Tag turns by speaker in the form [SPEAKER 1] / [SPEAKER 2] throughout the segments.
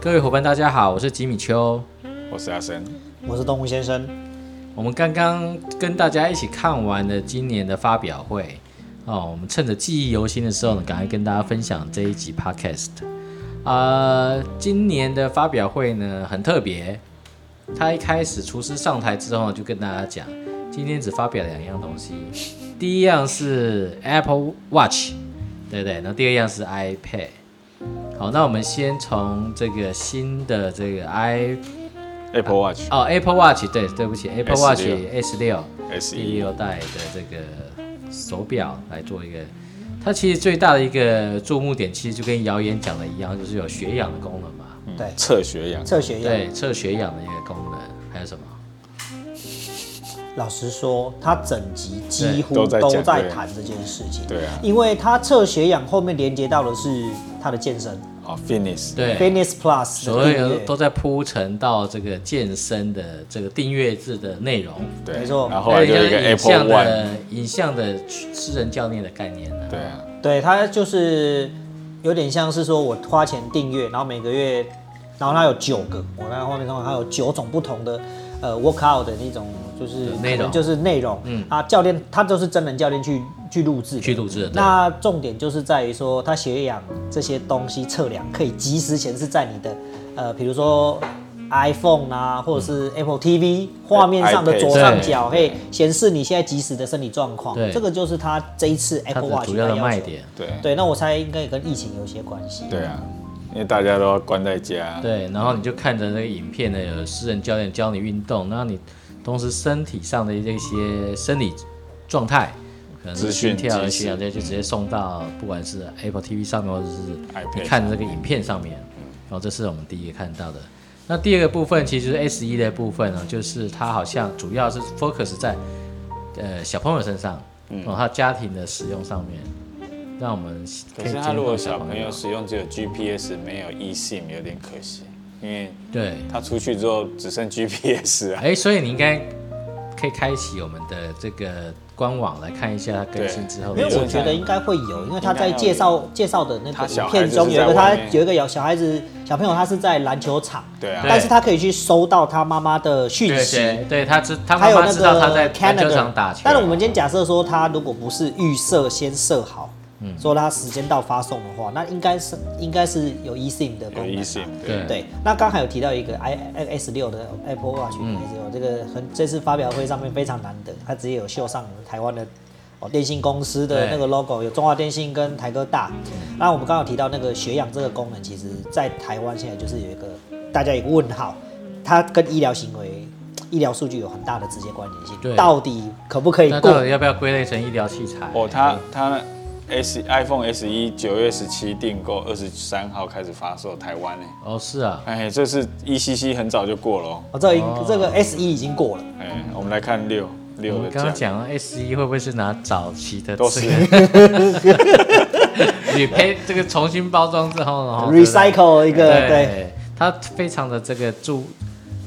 [SPEAKER 1] 各位伙伴，大家好，我是吉米秋。
[SPEAKER 2] 我是阿生，
[SPEAKER 3] 我是动物先生。
[SPEAKER 1] 我们刚刚跟大家一起看完了今年的发表会哦，我们趁着记忆犹新的时候呢，赶快跟大家分享这一集 podcast。呃，今年的发表会呢很特别，他一开始厨师上台之后呢就跟大家讲，今天只发表两样东西，第一样是 Apple Watch，对不对？然后第二样是 iPad。好，那我们先从这个新的这个 i
[SPEAKER 2] Apple Watch
[SPEAKER 1] 哦，Apple Watch，对，对不起，Apple
[SPEAKER 2] S6
[SPEAKER 1] Watch S 六
[SPEAKER 2] S
[SPEAKER 1] 第
[SPEAKER 2] 一，
[SPEAKER 1] 六代的这个手表来做一个，它其实最大的一个注目点，其实就跟谣言讲的一样，就是有血氧的功能嘛，
[SPEAKER 2] 嗯
[SPEAKER 3] 对，
[SPEAKER 2] 测血氧，
[SPEAKER 3] 测血氧。
[SPEAKER 1] 对，测血氧的一个功能，还有什么？
[SPEAKER 3] 老实说，他整集几乎
[SPEAKER 2] 对都在
[SPEAKER 3] 都
[SPEAKER 2] 讲
[SPEAKER 3] 在谈这件事情。
[SPEAKER 2] 对啊
[SPEAKER 3] 因为他测血氧后面连接到的是他的健身
[SPEAKER 2] 哦 Fitness，
[SPEAKER 1] 对，
[SPEAKER 3] Fitness Plus
[SPEAKER 1] 所
[SPEAKER 3] 的订
[SPEAKER 1] 有
[SPEAKER 3] 阅
[SPEAKER 1] 都。在铺陈到这个健身的这个订阅制的内容，
[SPEAKER 2] 对，
[SPEAKER 3] 没错
[SPEAKER 2] 然后后来就有一个
[SPEAKER 1] 还有影
[SPEAKER 2] Apple
[SPEAKER 1] 像
[SPEAKER 2] One，
[SPEAKER 1] 的影像的私人教练的概念呢、
[SPEAKER 2] 对啊，
[SPEAKER 3] 对，他就是有点像是说我花钱订阅，然后每个月，然后他有九个，我看后面的话，它有九种不同的呃 workout 的那种，就是
[SPEAKER 1] 的内容
[SPEAKER 3] 可能就是内容。嗯，啊，教练他都是真人教练去去录制的，
[SPEAKER 1] 去录制的对
[SPEAKER 3] 那重点就是在于说，它血氧这些东西测量可以及时显示在你的呃，比如说 iPhone 啊，或
[SPEAKER 1] 嗯
[SPEAKER 3] 者是 Apple TV 画面上的
[SPEAKER 2] iPad
[SPEAKER 3] 左上角，
[SPEAKER 2] 对
[SPEAKER 3] 嘿，显示你现在即时的身体状况
[SPEAKER 1] 对。
[SPEAKER 3] 这个就是它这一次
[SPEAKER 1] 它
[SPEAKER 3] Apple
[SPEAKER 1] 的
[SPEAKER 3] Watch
[SPEAKER 1] 主要的
[SPEAKER 3] 它要
[SPEAKER 1] 卖
[SPEAKER 3] 求
[SPEAKER 1] 点。
[SPEAKER 2] 对
[SPEAKER 3] 对，那我猜应该也跟疫情有些关系。
[SPEAKER 2] 对啊，因为大家都要关在家，
[SPEAKER 1] 对，然后你就看着那个影片呢，有私人教练教你运动，然后你同时身体上的这些生理状态，可能是
[SPEAKER 2] 资讯
[SPEAKER 1] 心跳、
[SPEAKER 2] 及
[SPEAKER 1] 血氧这些，就直接送到不管是 Apple TV 上面，或者是
[SPEAKER 2] iPad
[SPEAKER 1] 你看这个影片上面。然后这是我们第一个看到的。那第二个部分其实就是 S E 一的部分呢，就是它好像主要是 focus 在呃小朋友身上，
[SPEAKER 2] 嗯
[SPEAKER 1] 然后他家庭的使用上面，让我们
[SPEAKER 2] 可是
[SPEAKER 1] 以
[SPEAKER 2] 他
[SPEAKER 1] 监
[SPEAKER 2] 如
[SPEAKER 1] 督
[SPEAKER 2] 果小朋友使用只有 GPS 没有 eSIM 有点可惜，因为
[SPEAKER 1] 对
[SPEAKER 2] 他出去之后只剩 GPS 啊，
[SPEAKER 1] 哎，所以你应该可以开启我们的这个官网来看一下它更新之后
[SPEAKER 3] 因
[SPEAKER 1] 的
[SPEAKER 2] 对
[SPEAKER 3] 为
[SPEAKER 1] 状
[SPEAKER 3] 我
[SPEAKER 1] 态。
[SPEAKER 3] 觉得应该会有，因为他在
[SPEAKER 2] 应该要有
[SPEAKER 3] 介绍介绍的那
[SPEAKER 2] 他
[SPEAKER 3] 个
[SPEAKER 2] 小
[SPEAKER 3] 影
[SPEAKER 2] 孩子
[SPEAKER 3] 片中
[SPEAKER 2] 是
[SPEAKER 3] 有一
[SPEAKER 2] 在
[SPEAKER 3] 个他
[SPEAKER 2] 外面
[SPEAKER 3] 有一个小小孩子小朋友，他是在篮球场，
[SPEAKER 2] 对啊，
[SPEAKER 3] 但是他可以去收到他妈妈的讯
[SPEAKER 1] 对
[SPEAKER 3] 息，
[SPEAKER 1] 对对，他知他
[SPEAKER 3] 还
[SPEAKER 1] 妈
[SPEAKER 3] 有
[SPEAKER 1] 妈
[SPEAKER 3] 那
[SPEAKER 1] 知道他
[SPEAKER 3] 个
[SPEAKER 1] 在篮球
[SPEAKER 3] Canada
[SPEAKER 1] 场打球。
[SPEAKER 3] 但是我们今天假设说，他如果不是预设先设好，
[SPEAKER 1] 嗯
[SPEAKER 3] 说他时间到发送的话，那应该是应该是有 eSIM 的
[SPEAKER 2] 有
[SPEAKER 3] 功能啊。
[SPEAKER 2] eSIM，
[SPEAKER 1] 对
[SPEAKER 3] 对，那刚才有提到一个 i S 六的 Apple Watch
[SPEAKER 1] 嗯
[SPEAKER 3] S 六、这个很这次发表会上面非常难得，它直接有秀上我们台湾的哦电信公司的
[SPEAKER 1] 对
[SPEAKER 3] 那个 logo，有中华电信跟台哥大。那我们刚刚有提到那个血氧这个功能，其实在台湾现在就是有一个大家有一个问号，它跟医疗行为、医疗数据有很大的直接关联
[SPEAKER 1] 对
[SPEAKER 3] 性，到底可不可以
[SPEAKER 1] 那
[SPEAKER 3] 过
[SPEAKER 1] 到？底要不要归类成医疗器材？
[SPEAKER 2] 哦，他他 S iPhone S 一九月十七订购，二十三号开始发售台湾呢，欸
[SPEAKER 1] 哦是啊，
[SPEAKER 2] 哎，这是 ECC 很早就过了哦，
[SPEAKER 3] 哦，这已这个 S E 一已经过了，
[SPEAKER 2] 哎，我们来看六
[SPEAKER 1] 我
[SPEAKER 2] 六
[SPEAKER 1] 们
[SPEAKER 2] 的
[SPEAKER 1] 嗯刚刚
[SPEAKER 2] 价格，
[SPEAKER 1] 讲 S E 一会不会是拿早期的
[SPEAKER 2] 都是
[SPEAKER 1] 这个 你配这个重新包装之后，然后
[SPEAKER 3] recycle 一个
[SPEAKER 1] 对
[SPEAKER 3] 对。
[SPEAKER 1] 他非常的这个注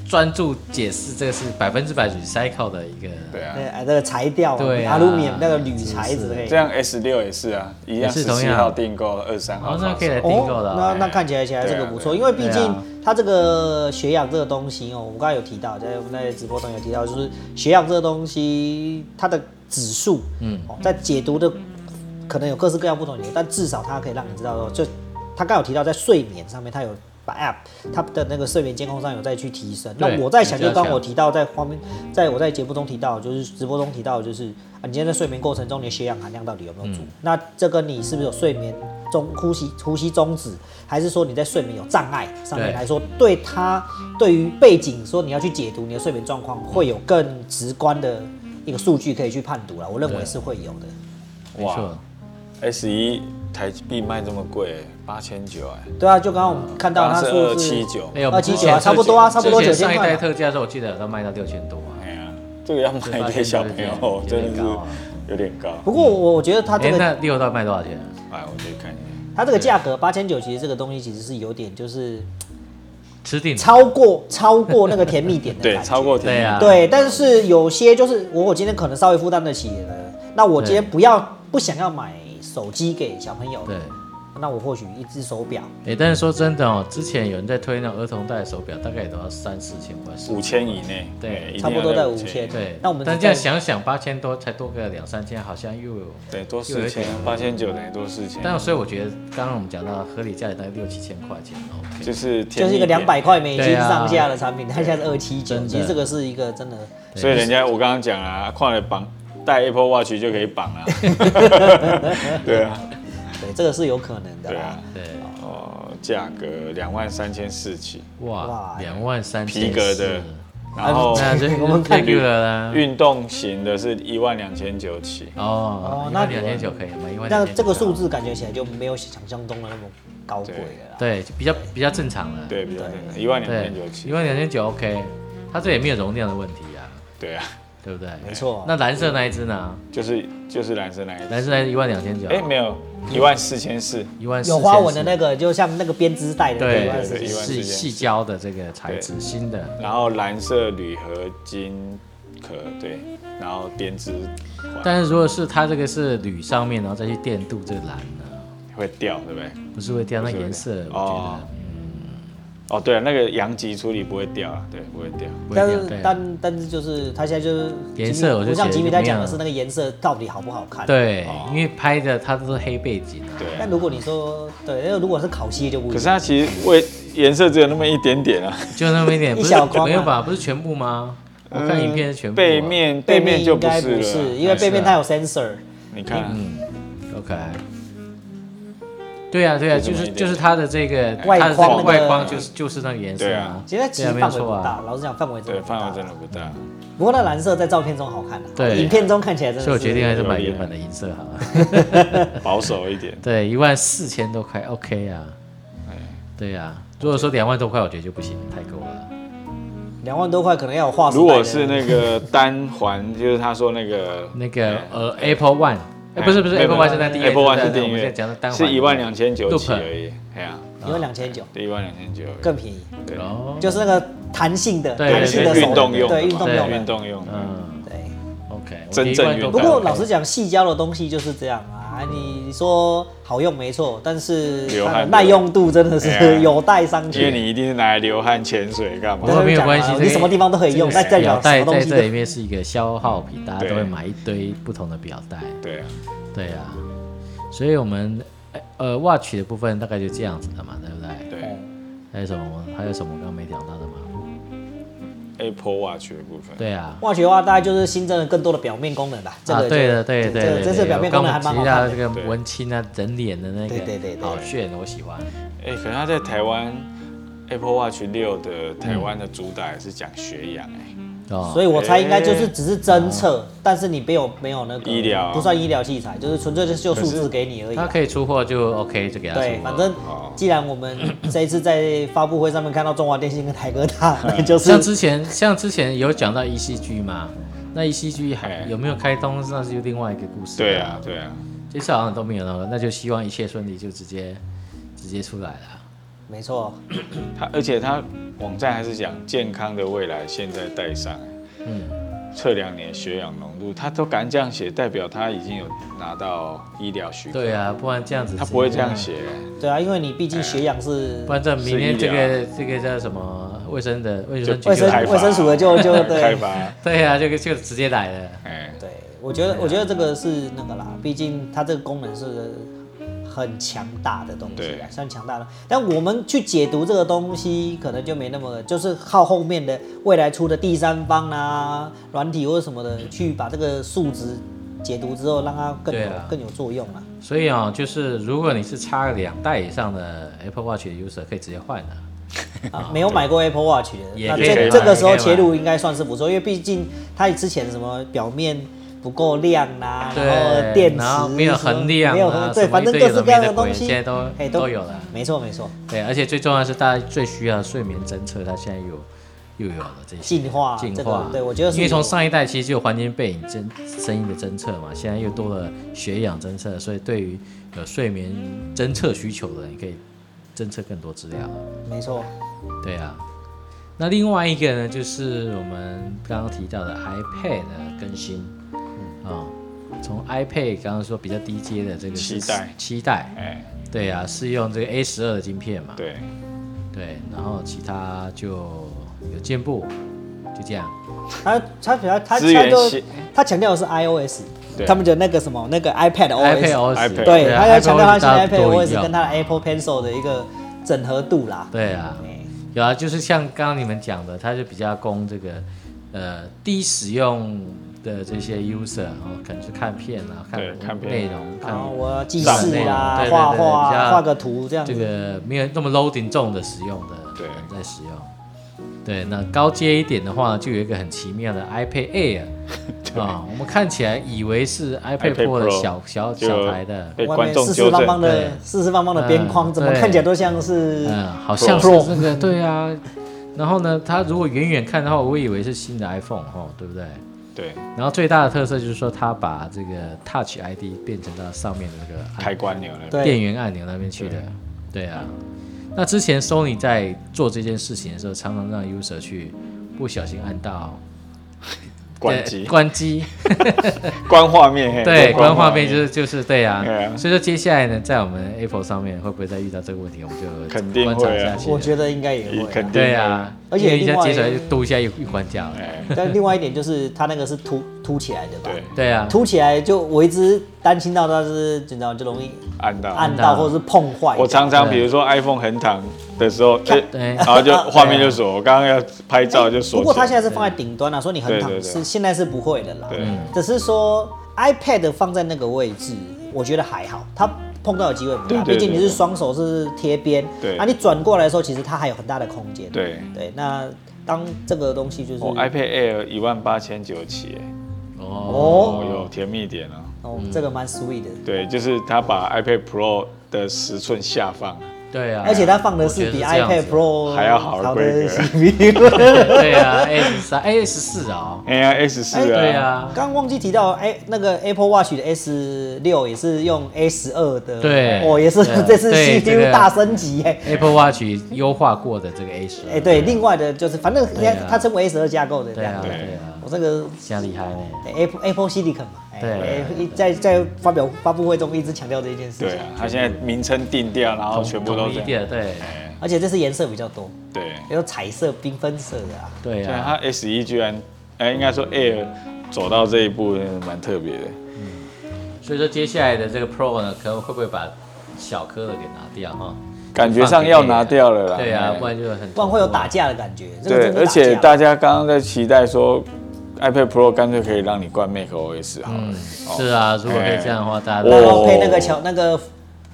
[SPEAKER 1] 专注解释，这个是百分之百 recycle 的一个
[SPEAKER 2] 对啊。
[SPEAKER 3] 对，哎，这个材料、
[SPEAKER 1] 对啊
[SPEAKER 3] aluminum 那个铝材之类的
[SPEAKER 2] 这。样 S 六也是啊，一样
[SPEAKER 1] 也是
[SPEAKER 2] 十
[SPEAKER 1] 同
[SPEAKER 2] 七
[SPEAKER 1] 样
[SPEAKER 2] 号订购，二十三号
[SPEAKER 1] 哦
[SPEAKER 2] 发售。
[SPEAKER 1] 那可以来订购的哦
[SPEAKER 3] 那那看起来起来这个不错，
[SPEAKER 2] 对啊
[SPEAKER 3] 因为毕
[SPEAKER 1] 对
[SPEAKER 3] 竟
[SPEAKER 1] 啊
[SPEAKER 3] 它这个血氧这个东西哦，我们刚才有提到，在我们在直播中有提到，就是血氧这个东西它的指数，嗯，在解读的可能有各式各样不同的理由，但至少它可以让你知道说，就他刚有提到在睡眠上面，它有把 App 它的那个睡眠监控上有再去提升。
[SPEAKER 1] 对
[SPEAKER 3] 那我在想，就
[SPEAKER 1] 比较
[SPEAKER 3] 刚
[SPEAKER 1] 强
[SPEAKER 3] 我提到在方面，在我在节目中提到，就是直播中提到，就是啊，你今天在睡眠过程中，你的血氧含量到底有没有足？
[SPEAKER 2] 嗯
[SPEAKER 3] 那这跟你是不是有睡眠中呼吸呼吸终止，还是说你在睡眠有障碍上面
[SPEAKER 1] 对
[SPEAKER 3] 来说，对它对于背景说你要去解读你的睡眠状况，会有更直观的一个数据可以去判读了。我认为是会有的。
[SPEAKER 1] 没错。
[SPEAKER 2] S 一台币卖这么贵，八千九哎，
[SPEAKER 3] 对啊，就刚刚我们看到它
[SPEAKER 2] 是
[SPEAKER 3] 数
[SPEAKER 2] 二
[SPEAKER 3] 字
[SPEAKER 2] 七九，
[SPEAKER 1] 没有
[SPEAKER 3] 二七九啊，
[SPEAKER 1] 之前
[SPEAKER 3] 差不多啊，差不多
[SPEAKER 1] 之
[SPEAKER 3] 九
[SPEAKER 1] 前上
[SPEAKER 3] 千
[SPEAKER 1] 一
[SPEAKER 3] 块
[SPEAKER 1] 代
[SPEAKER 3] 嘛。
[SPEAKER 1] 特价的时候，我记得有到卖到六千多啊。
[SPEAKER 2] 哎呀，这个要买给小 朋友
[SPEAKER 1] 对
[SPEAKER 2] 真的是有点
[SPEAKER 1] 啊
[SPEAKER 2] 高。
[SPEAKER 3] 不过我我觉得它
[SPEAKER 1] 哎
[SPEAKER 3] 这，个
[SPEAKER 1] 那六代卖多少钱？啊
[SPEAKER 2] 哎，我去看一下，
[SPEAKER 3] 它这个价格八千九，其实这个东西其实是有点就是
[SPEAKER 1] 吃定了。
[SPEAKER 3] 超过超过那个甜蜜点的
[SPEAKER 2] 嗯对，
[SPEAKER 3] 感觉
[SPEAKER 2] 超过
[SPEAKER 1] 对啊
[SPEAKER 3] 对，但是有些就是我我今天可能稍微负担得起了，那我今天不要不想要买手机给小朋友，
[SPEAKER 1] 对，
[SPEAKER 3] 那我或许一只手表，
[SPEAKER 1] 哎、但是说真的哦，之前有人在推那种儿童戴的手表，大概也都要三四千块，是
[SPEAKER 2] 五千以内，
[SPEAKER 1] 对
[SPEAKER 2] 哎一定
[SPEAKER 3] 差不
[SPEAKER 2] 要
[SPEAKER 3] 多在
[SPEAKER 2] 在
[SPEAKER 3] 五
[SPEAKER 2] 千
[SPEAKER 3] 千，。
[SPEAKER 1] 对，
[SPEAKER 3] 那我们
[SPEAKER 1] 但
[SPEAKER 3] 只
[SPEAKER 1] 这样
[SPEAKER 3] 在
[SPEAKER 1] 想想，八千多才多个两三千，好像又有。
[SPEAKER 2] 对，多四千，啊八千九等于多四千，
[SPEAKER 1] 但所以我觉得，刚刚我们讲到合理价也大概六七千块钱，OK，
[SPEAKER 2] 就是
[SPEAKER 3] 就
[SPEAKER 2] 就是
[SPEAKER 3] 一个两，百块美金
[SPEAKER 1] 对啊
[SPEAKER 3] 上下的产品，它现在是二七
[SPEAKER 1] 真
[SPEAKER 3] 九，
[SPEAKER 1] 的
[SPEAKER 3] 其实这个是一个真的，
[SPEAKER 2] 所以人家我刚刚讲啦，换了绑带 Apple Watch 就可以 绑啦。 对啊，
[SPEAKER 3] 对，这个是有可能的
[SPEAKER 2] 对
[SPEAKER 3] 啦
[SPEAKER 2] 啊。，
[SPEAKER 1] 对，
[SPEAKER 2] 哦，价格两万三千四起，
[SPEAKER 1] 哇，
[SPEAKER 3] 哇
[SPEAKER 1] 两万三千
[SPEAKER 2] 皮革的，然
[SPEAKER 3] 哦
[SPEAKER 2] 后
[SPEAKER 1] 那就
[SPEAKER 3] 我们
[SPEAKER 1] 太
[SPEAKER 3] 看
[SPEAKER 1] 绿了啦。
[SPEAKER 2] 运动型的是一万两千九起，
[SPEAKER 1] 哦
[SPEAKER 3] 哦，
[SPEAKER 1] 那
[SPEAKER 3] 那
[SPEAKER 1] 两千九可以吗？因为
[SPEAKER 3] 那这个
[SPEAKER 1] 2900
[SPEAKER 3] 数字感觉起来就没有想象中的那么高贵了啦。
[SPEAKER 1] 对就比较比较正常了。
[SPEAKER 2] 对，比较简单，一万两
[SPEAKER 1] 对
[SPEAKER 2] 千九，起
[SPEAKER 1] 一，万两千九 OK，它这也没有容量的问题啊，
[SPEAKER 2] 对啊，
[SPEAKER 1] 对不对？
[SPEAKER 3] 没错。
[SPEAKER 1] 那蓝色那一只呢？
[SPEAKER 2] 就是就是男生那一
[SPEAKER 1] 蓝色那一万两千九，
[SPEAKER 2] 哎，没有，一万四千四，
[SPEAKER 1] 一万
[SPEAKER 3] 有
[SPEAKER 1] 14,400
[SPEAKER 3] 花纹的那个，就像那个编织带的那
[SPEAKER 1] 对
[SPEAKER 2] 对
[SPEAKER 3] 个二
[SPEAKER 2] 对
[SPEAKER 3] 十
[SPEAKER 2] 对
[SPEAKER 1] 是
[SPEAKER 2] 14,400
[SPEAKER 3] 几
[SPEAKER 1] 细胶的这个材质，新的。
[SPEAKER 2] 然后蓝色铝合金壳，对，然后编织环
[SPEAKER 1] 但是如果是它这个是铝上面，然后再去电镀这个蓝呢，
[SPEAKER 2] 会掉，对不对？
[SPEAKER 1] 不是会掉那
[SPEAKER 2] 不是会
[SPEAKER 1] 颜色，我
[SPEAKER 2] 掉
[SPEAKER 1] 觉
[SPEAKER 2] 哦哦，对了，那个阳极处理不会掉啊，对，不会掉。
[SPEAKER 1] 得不
[SPEAKER 3] 但
[SPEAKER 1] 会掉。
[SPEAKER 3] 是
[SPEAKER 1] 对啊
[SPEAKER 3] 但但是就是它现在就是
[SPEAKER 1] 颜色我就
[SPEAKER 3] 不像
[SPEAKER 1] 觉得
[SPEAKER 3] 吉米
[SPEAKER 1] 怎么
[SPEAKER 3] 在讲的
[SPEAKER 1] 样
[SPEAKER 3] 是那个颜色到底好不好看。。
[SPEAKER 1] 对
[SPEAKER 2] 哦，
[SPEAKER 1] 因为拍的它都是黑背景啊。
[SPEAKER 2] 对
[SPEAKER 3] 但
[SPEAKER 2] 啊，
[SPEAKER 3] 如果你说对，那如果是烤漆就不一
[SPEAKER 2] 可
[SPEAKER 3] 样。
[SPEAKER 2] 是它其实为颜色只有那么一点点啊，
[SPEAKER 1] 就那么一 点，不
[SPEAKER 3] 一
[SPEAKER 1] 是
[SPEAKER 3] 小框啊
[SPEAKER 1] 没有吧？不是全部吗？我看影片是全部、啊。
[SPEAKER 2] 嗯背面背
[SPEAKER 3] 背面
[SPEAKER 2] 面
[SPEAKER 3] 应
[SPEAKER 2] 就不
[SPEAKER 3] 该
[SPEAKER 2] 是了，啊
[SPEAKER 3] 不
[SPEAKER 2] 哎
[SPEAKER 3] 是，因为背面它有 sensor，
[SPEAKER 2] 你看啊，
[SPEAKER 1] 嗯 OK。对啊，对啊，
[SPEAKER 2] 就
[SPEAKER 1] 就
[SPEAKER 2] 这么
[SPEAKER 1] 是
[SPEAKER 2] 一点
[SPEAKER 1] 就是它的这个
[SPEAKER 3] 外
[SPEAKER 1] 它的这
[SPEAKER 3] 框
[SPEAKER 1] 个
[SPEAKER 3] 那
[SPEAKER 1] 外
[SPEAKER 3] 个
[SPEAKER 1] 框就是就是那个颜色
[SPEAKER 2] 对
[SPEAKER 1] 啊
[SPEAKER 2] 啊，
[SPEAKER 3] 其实它其
[SPEAKER 1] 对啊
[SPEAKER 3] 实
[SPEAKER 1] 没有
[SPEAKER 3] 范围
[SPEAKER 1] 错
[SPEAKER 3] 不大。
[SPEAKER 1] 啊，
[SPEAKER 3] 老实讲，范围真
[SPEAKER 2] 对，
[SPEAKER 3] 的不
[SPEAKER 2] 范
[SPEAKER 3] 大
[SPEAKER 2] 围。真的不大。
[SPEAKER 3] 不过那蓝色在照片中好看啊，
[SPEAKER 1] 对
[SPEAKER 3] 影片中看起来真的是。
[SPEAKER 1] 所以我决定还是买原本的银色好了。。
[SPEAKER 3] 嗯
[SPEAKER 2] 保守一 点哎
[SPEAKER 1] 对，一万四千多块，OK 啊。对啊，如果说两万多块，我觉得就不行，太够了。
[SPEAKER 3] 两万多块可能要有画。
[SPEAKER 2] 如果是那个单环，就是他说那个
[SPEAKER 1] 那个呃，Apple One，哎，不是不是
[SPEAKER 2] 没有
[SPEAKER 1] ，Apple
[SPEAKER 2] 没
[SPEAKER 1] One
[SPEAKER 2] 有
[SPEAKER 1] 是在订阅
[SPEAKER 2] Apple One
[SPEAKER 1] 对
[SPEAKER 2] 是
[SPEAKER 1] 不对
[SPEAKER 2] 订
[SPEAKER 1] 我们现
[SPEAKER 2] 阅
[SPEAKER 1] 在讲的单，环
[SPEAKER 2] 是一万两千九起
[SPEAKER 1] Loop
[SPEAKER 2] 而已，哎呀，
[SPEAKER 3] 一万两千九
[SPEAKER 2] 一万两千九，
[SPEAKER 3] 更便宜，
[SPEAKER 2] 对，
[SPEAKER 1] 哦，
[SPEAKER 3] 就是那个弹性的
[SPEAKER 1] 对
[SPEAKER 3] 弹
[SPEAKER 2] 对，
[SPEAKER 3] 性
[SPEAKER 2] 是
[SPEAKER 3] 的手
[SPEAKER 2] 运动用的嘛，
[SPEAKER 3] 对运动用
[SPEAKER 1] 对
[SPEAKER 3] 的
[SPEAKER 2] 运。动用的，
[SPEAKER 1] 嗯
[SPEAKER 3] 对，
[SPEAKER 1] ，OK，
[SPEAKER 2] 真正运动
[SPEAKER 3] 不
[SPEAKER 1] 不
[SPEAKER 3] 过
[SPEAKER 1] 过
[SPEAKER 2] 用
[SPEAKER 3] 老实讲，细胶的东西就是这样啊。你说好用没错，但是
[SPEAKER 2] 流
[SPEAKER 3] 它的
[SPEAKER 2] 汗
[SPEAKER 3] 耐用度真的
[SPEAKER 2] 哎呀
[SPEAKER 3] 是 有待商
[SPEAKER 2] 因为
[SPEAKER 3] 榷。
[SPEAKER 2] 你一定是拿来流汗、潜水干
[SPEAKER 1] 不
[SPEAKER 2] 嘛
[SPEAKER 1] 过
[SPEAKER 3] 对？
[SPEAKER 1] 没有关系
[SPEAKER 3] 讲，啊
[SPEAKER 1] 这个
[SPEAKER 3] 你什么地方都可以用
[SPEAKER 1] 这个
[SPEAKER 3] 那代表
[SPEAKER 1] 表带
[SPEAKER 3] 什么东
[SPEAKER 1] 在
[SPEAKER 3] 西
[SPEAKER 1] 这
[SPEAKER 3] 都
[SPEAKER 1] 里面是一个消耗品，大家都会买一堆不同的表带。
[SPEAKER 2] 对啊，
[SPEAKER 1] 对啊，所以我们哎呃 watch 的部分大概就这样子的嘛，对不对？
[SPEAKER 3] 嗯
[SPEAKER 2] 对
[SPEAKER 1] 还有什么吗？还有什么我刚刚没讲到的吗？
[SPEAKER 2] ，Apple Watch 的部分，
[SPEAKER 1] 对啊。
[SPEAKER 3] 化学的话，大概就是新增了更多的表面功能吧。这
[SPEAKER 1] 啊
[SPEAKER 3] 个，就
[SPEAKER 1] 对的，对的对
[SPEAKER 3] 这
[SPEAKER 1] 的
[SPEAKER 3] 个
[SPEAKER 1] 对
[SPEAKER 3] 这次
[SPEAKER 1] 的，
[SPEAKER 3] 表面功能还蛮
[SPEAKER 1] 我
[SPEAKER 3] 好
[SPEAKER 1] 刚
[SPEAKER 3] 看
[SPEAKER 1] 刚提到
[SPEAKER 3] 的。
[SPEAKER 1] 这
[SPEAKER 2] 对
[SPEAKER 1] 个文青啊，人脸的那个，
[SPEAKER 3] 对对对对
[SPEAKER 1] 好炫，我喜欢。
[SPEAKER 2] 哎，可是他在台湾 Apple Watch 六的台湾的主打也是讲血氧，
[SPEAKER 3] 嗯
[SPEAKER 2] 哎，
[SPEAKER 1] 哦，
[SPEAKER 3] 所以我猜应该就是只是侦测，但是你没有没有那个
[SPEAKER 2] 医疗
[SPEAKER 3] 不算医疗器材，就是纯粹就是就数字给你而已
[SPEAKER 1] 它
[SPEAKER 3] 啊。
[SPEAKER 1] 可以啊出货就 OK，就给它出
[SPEAKER 3] 对，
[SPEAKER 1] 货。
[SPEAKER 3] 反正
[SPEAKER 2] 哦
[SPEAKER 3] 既然我们这一次在发布会上面看到中华电信跟台哥大，那 就
[SPEAKER 1] 哦像
[SPEAKER 3] 是
[SPEAKER 1] 之前像之前有讲到 ECG 嘛，那 ECG 还
[SPEAKER 2] 哎
[SPEAKER 1] 有没有开通，那是另外一个故事。
[SPEAKER 2] 对啊，对啊，
[SPEAKER 1] 这次好像都没有了，那就希望一切顺利，就直接直接出来了。
[SPEAKER 3] 没错，
[SPEAKER 2] 它而且它网站还是讲健康的未来，现在带上。
[SPEAKER 1] 嗯，
[SPEAKER 2] 测量你的血氧浓度，他都敢这样写，代表他已经有拿到医疗许可。
[SPEAKER 1] 对，啊，不然这样子
[SPEAKER 2] 他不会这样，写。
[SPEAKER 3] 对啊，因为你毕竟血氧是
[SPEAKER 1] 不然这明天
[SPEAKER 2] 是
[SPEAKER 1] 这
[SPEAKER 2] 医疗
[SPEAKER 1] 个这个叫什么卫生的嗯卫生局
[SPEAKER 3] 卫
[SPEAKER 1] 就
[SPEAKER 3] 生
[SPEAKER 2] 开发
[SPEAKER 3] 卫生署的就就
[SPEAKER 2] 开
[SPEAKER 3] 对
[SPEAKER 2] 发，
[SPEAKER 1] 对啊，就就直接来了。
[SPEAKER 2] 哎，
[SPEAKER 3] 对，我觉
[SPEAKER 1] 嗯
[SPEAKER 3] 得我觉得这个是那个啦，毕竟它这个功能是很强大的东西啊
[SPEAKER 2] 对，
[SPEAKER 3] 算强大的。但我们去解读这个东西，可能就没那么就是靠后面的未来出的第三方啊、软体或者什么的，去把这个数值解读之后，让它更有、
[SPEAKER 1] 对啊
[SPEAKER 3] 更有作用啊。
[SPEAKER 1] 所以啊、就是如果你是差两代以上的 Apple Watch 的 user，可以直接换的。
[SPEAKER 3] 啊，没有买过 Apple Watch 的，
[SPEAKER 1] 也
[SPEAKER 3] 那
[SPEAKER 1] 可以买
[SPEAKER 3] 这这个时候
[SPEAKER 1] 也可以买
[SPEAKER 3] 切入应该算是不错，因为毕竟它之前什么表面不够亮啊，
[SPEAKER 1] 对
[SPEAKER 3] 然后电池
[SPEAKER 1] 然后没有
[SPEAKER 3] 什么
[SPEAKER 1] 衡量啊
[SPEAKER 3] 没有衡
[SPEAKER 1] 什么
[SPEAKER 3] 对，反正
[SPEAKER 1] 一堆有
[SPEAKER 3] 各式
[SPEAKER 1] 的
[SPEAKER 3] 各样的
[SPEAKER 1] 没的鬼
[SPEAKER 3] 东西，
[SPEAKER 1] 现在都
[SPEAKER 3] 哎
[SPEAKER 1] 都有了
[SPEAKER 3] 没错没错，
[SPEAKER 1] 对，而且最重要的是大家最需要的睡眠侦测，它现在有又有了这些
[SPEAKER 3] 进化
[SPEAKER 1] 进
[SPEAKER 3] 这个
[SPEAKER 1] 化。
[SPEAKER 3] 对我觉得是
[SPEAKER 1] 因为从
[SPEAKER 3] 有
[SPEAKER 1] 上一代其实就有环境背影侦声音的侦测嘛，现在又多了血氧侦测，所以对于有睡眠侦测需求的人，你可以侦测更多资料。
[SPEAKER 3] 没错，
[SPEAKER 1] 对啊，那另外一个呢，就是我们刚刚提到的 iPad 的更新
[SPEAKER 3] 嗯
[SPEAKER 1] 哦啊、从 iPad 刚刚说比较低阶的这个是
[SPEAKER 2] 七代
[SPEAKER 1] 七代，
[SPEAKER 2] 哎，
[SPEAKER 1] 对啊，是用这个 A 十二的晶片嘛，
[SPEAKER 2] 对，
[SPEAKER 1] 对，然后其他就有进步，就这样。
[SPEAKER 3] 他他比较他
[SPEAKER 2] 资
[SPEAKER 3] 他
[SPEAKER 2] 源
[SPEAKER 3] 就
[SPEAKER 2] 系
[SPEAKER 3] 他强调的是 iOS，
[SPEAKER 2] 对
[SPEAKER 3] 他们的那个什么那个哦 iPad
[SPEAKER 1] iPad
[SPEAKER 3] OS，
[SPEAKER 1] OS，
[SPEAKER 2] iPad
[SPEAKER 3] 对，
[SPEAKER 1] 啊
[SPEAKER 3] 他要强调他现
[SPEAKER 1] iPad
[SPEAKER 3] 在 iPad
[SPEAKER 1] 多
[SPEAKER 3] OS
[SPEAKER 1] 用
[SPEAKER 3] 跟他的 Apple Pencil 的一个整合度啦。
[SPEAKER 1] 对啊，有啊，就是像刚刚你们讲的，它就比较供这个呃低使用的这些 user，然、后可能是看片啊，看
[SPEAKER 2] 对看片
[SPEAKER 1] 内容，看
[SPEAKER 3] 然后哦我要记
[SPEAKER 2] 上
[SPEAKER 3] 事啦
[SPEAKER 1] 对对对，
[SPEAKER 3] 画
[SPEAKER 1] 比较
[SPEAKER 3] 画啊画个图这样
[SPEAKER 1] 这
[SPEAKER 3] 子。
[SPEAKER 1] 个没有那么 loading 重的使用的
[SPEAKER 2] 对
[SPEAKER 1] 人在使用。对，那高阶一点的话，就有一个很奇妙的 iPad Air 啊、我们看起来以为是 iPad
[SPEAKER 2] iPad
[SPEAKER 1] Pro 的
[SPEAKER 2] Pro
[SPEAKER 1] 小小
[SPEAKER 2] 就
[SPEAKER 1] 小台的，
[SPEAKER 2] 被
[SPEAKER 3] 外
[SPEAKER 2] 观
[SPEAKER 3] 面
[SPEAKER 2] 众
[SPEAKER 3] 四
[SPEAKER 2] 纠
[SPEAKER 3] 四方
[SPEAKER 2] 正，
[SPEAKER 3] 方
[SPEAKER 1] 对
[SPEAKER 3] 的四四方方的边框，
[SPEAKER 1] 嗯
[SPEAKER 3] 怎么
[SPEAKER 1] 对
[SPEAKER 3] 看起来都像是
[SPEAKER 1] 嗯，好像是
[SPEAKER 3] Pro
[SPEAKER 1] 那个对啊。然后呢，它如果远远看的话，我会以为是新的 iPhone 哦，对不对？
[SPEAKER 2] 对，
[SPEAKER 1] 然后最大的特色就是说，它把这个 Touch ID 变成到上面的那个按
[SPEAKER 2] 开关钮了，
[SPEAKER 3] 对
[SPEAKER 1] 电源按钮那边去的。对啊，那之前 Sony 在做这件事情的时候，常常让 user 去不小心按到
[SPEAKER 2] 关
[SPEAKER 1] 对
[SPEAKER 2] 机，
[SPEAKER 1] 关 机，
[SPEAKER 2] 关画面，嘿
[SPEAKER 1] 对，关画面就是就是对啊。
[SPEAKER 2] 对啊
[SPEAKER 1] 所以说接下来呢，在我们 Apple 上面会不会再遇到这个问题，我们就
[SPEAKER 2] 肯定会啊
[SPEAKER 1] 观察下去了。
[SPEAKER 3] 我觉得应该也会
[SPEAKER 2] 肯
[SPEAKER 3] 啊。
[SPEAKER 2] 定
[SPEAKER 1] 对啊，
[SPEAKER 3] 而且
[SPEAKER 1] 因为一下
[SPEAKER 3] 另外
[SPEAKER 1] 解出来就嘟一下又又关掉了。
[SPEAKER 2] 哎，
[SPEAKER 3] 但另外一点就是它那个是凸凸起来的吧？
[SPEAKER 2] 对，
[SPEAKER 1] 对啊，
[SPEAKER 3] 凸起来就我一直担心到它是，你知道就容易
[SPEAKER 2] 按到，
[SPEAKER 3] 按
[SPEAKER 1] 到
[SPEAKER 3] 到或者是碰坏。
[SPEAKER 2] 我常常
[SPEAKER 1] 对
[SPEAKER 2] 比如说 iPhone 横躺的时候，哎
[SPEAKER 1] 对
[SPEAKER 2] 然后就画面就锁，我刚刚要拍照就锁起来。
[SPEAKER 3] 不过它现在是放在顶端啊，说你横躺
[SPEAKER 2] 对对对
[SPEAKER 3] 是现在是不会的啦。
[SPEAKER 2] 对
[SPEAKER 3] 只是说 iPad 放在那个位置，我觉得还好，它碰到的机会不
[SPEAKER 2] 对
[SPEAKER 3] 大，
[SPEAKER 2] 对对
[SPEAKER 3] 毕竟你是双手是贴边，
[SPEAKER 2] 对
[SPEAKER 3] 啊，你转过来的时候，其实它还有很大的空间。
[SPEAKER 2] 对
[SPEAKER 3] 对，那当这个东西就是
[SPEAKER 2] 我 iPad Air 一万八千九起，哎
[SPEAKER 1] 哦，
[SPEAKER 2] 哦有嗯甜蜜点哦。
[SPEAKER 3] 哦，这个蛮 sweet 的，
[SPEAKER 2] 对，就是他把 iPad Pro 的十寸下放，
[SPEAKER 1] 对啊，
[SPEAKER 3] 而且它放的是比
[SPEAKER 1] 我觉得这样子
[SPEAKER 3] iPad Pro
[SPEAKER 2] 还要好的
[SPEAKER 3] 好
[SPEAKER 2] 规
[SPEAKER 3] 的
[SPEAKER 2] 格
[SPEAKER 3] CPU。
[SPEAKER 1] 对啊，S 三 S 四啊，
[SPEAKER 2] 哎呀 S 四
[SPEAKER 3] 哎
[SPEAKER 2] 啊，
[SPEAKER 1] 对啊，
[SPEAKER 3] 刚忘记提到，哎，那个 Apple Watch 的 S 六也是用 A 十二的，
[SPEAKER 1] 对
[SPEAKER 3] 哦，也是
[SPEAKER 1] 对啊
[SPEAKER 3] 这次
[SPEAKER 1] 对这个
[SPEAKER 3] CPU 大升级哎。
[SPEAKER 1] Apple Watch 优化过的这个 A 十，
[SPEAKER 3] 哎，对，另外的就是，反正应该
[SPEAKER 1] 对啊
[SPEAKER 3] 它称为 A 十二架构的这
[SPEAKER 1] 对啊，
[SPEAKER 3] 样子。
[SPEAKER 1] 对啊，
[SPEAKER 3] 我这个
[SPEAKER 1] 这样厉害呢。
[SPEAKER 3] 哎 Apple Apple Silicon 嘛，哎
[SPEAKER 1] 对
[SPEAKER 3] 哎一在在发表发布会中一直强调这一件事
[SPEAKER 2] 对
[SPEAKER 3] 情
[SPEAKER 2] 啊，，他现在名称定掉，然后全部都
[SPEAKER 1] 统一
[SPEAKER 2] 是，
[SPEAKER 1] 的，对啊
[SPEAKER 2] 哎，
[SPEAKER 3] 而且这次颜色比较多，
[SPEAKER 2] 对，
[SPEAKER 3] 有彩色、缤纷色的啊。
[SPEAKER 1] 对
[SPEAKER 2] 对啊，
[SPEAKER 1] 啊，
[SPEAKER 2] 他 S 一居然，哎，应该说 Air 走到这一步真的蛮特别的，
[SPEAKER 1] 所以说接下来的这个 Pro 呢，可能会不会把小颗的给拿掉哈？
[SPEAKER 2] 感觉上要拿掉了啦。
[SPEAKER 1] 对啊，
[SPEAKER 2] 哎
[SPEAKER 1] 不然就很
[SPEAKER 3] 不然会有打架的感觉，这个
[SPEAKER 2] 对
[SPEAKER 3] 真，的
[SPEAKER 2] 而
[SPEAKER 3] 会打架
[SPEAKER 2] 且大家刚刚在期待说 iPad Pro 干脆可以让你灌 Mac OS 好了，
[SPEAKER 1] 嗯，
[SPEAKER 2] 哦
[SPEAKER 1] 是啊，如果可以这样的话，大家
[SPEAKER 3] 然
[SPEAKER 1] 都
[SPEAKER 2] 我
[SPEAKER 3] 后配那个
[SPEAKER 2] 哦
[SPEAKER 3] 巧那个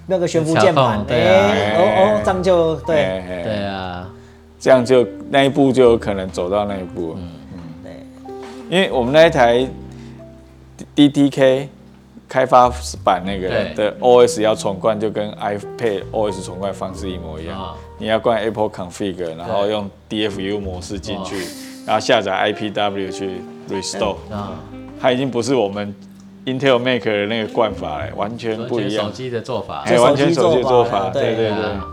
[SPEAKER 3] 那个悬浮键
[SPEAKER 1] 小
[SPEAKER 3] 盘，
[SPEAKER 1] 缝对啊
[SPEAKER 3] 哎，
[SPEAKER 2] 哎
[SPEAKER 3] 哦哦，这样就对
[SPEAKER 2] 哎哎
[SPEAKER 1] 对啊，
[SPEAKER 2] 这样就那一步就有可能走到那一步了。
[SPEAKER 1] 嗯
[SPEAKER 2] 嗯
[SPEAKER 3] 对，
[SPEAKER 2] 因为我们那一台 DDK 开发版那个
[SPEAKER 1] 对
[SPEAKER 2] 的 OS 要重灌，就跟 iPad OS 重灌方式一模一样。
[SPEAKER 1] 啊
[SPEAKER 2] 你要灌 Apple Config，然后用 DFU 模式进去，
[SPEAKER 1] 哦
[SPEAKER 2] 然后下载 IPW 去 restore。
[SPEAKER 1] 啊，
[SPEAKER 2] 它已经不是我们 Intel Mac 的那个灌法了，完全
[SPEAKER 1] 完
[SPEAKER 2] 不
[SPEAKER 1] 全
[SPEAKER 2] 一
[SPEAKER 1] 手
[SPEAKER 2] 样。
[SPEAKER 1] 机的做法，
[SPEAKER 2] 哎，完全手机的做法，
[SPEAKER 3] 手机做法
[SPEAKER 2] 对
[SPEAKER 3] 了
[SPEAKER 2] 对
[SPEAKER 1] 对
[SPEAKER 2] 对
[SPEAKER 1] 啊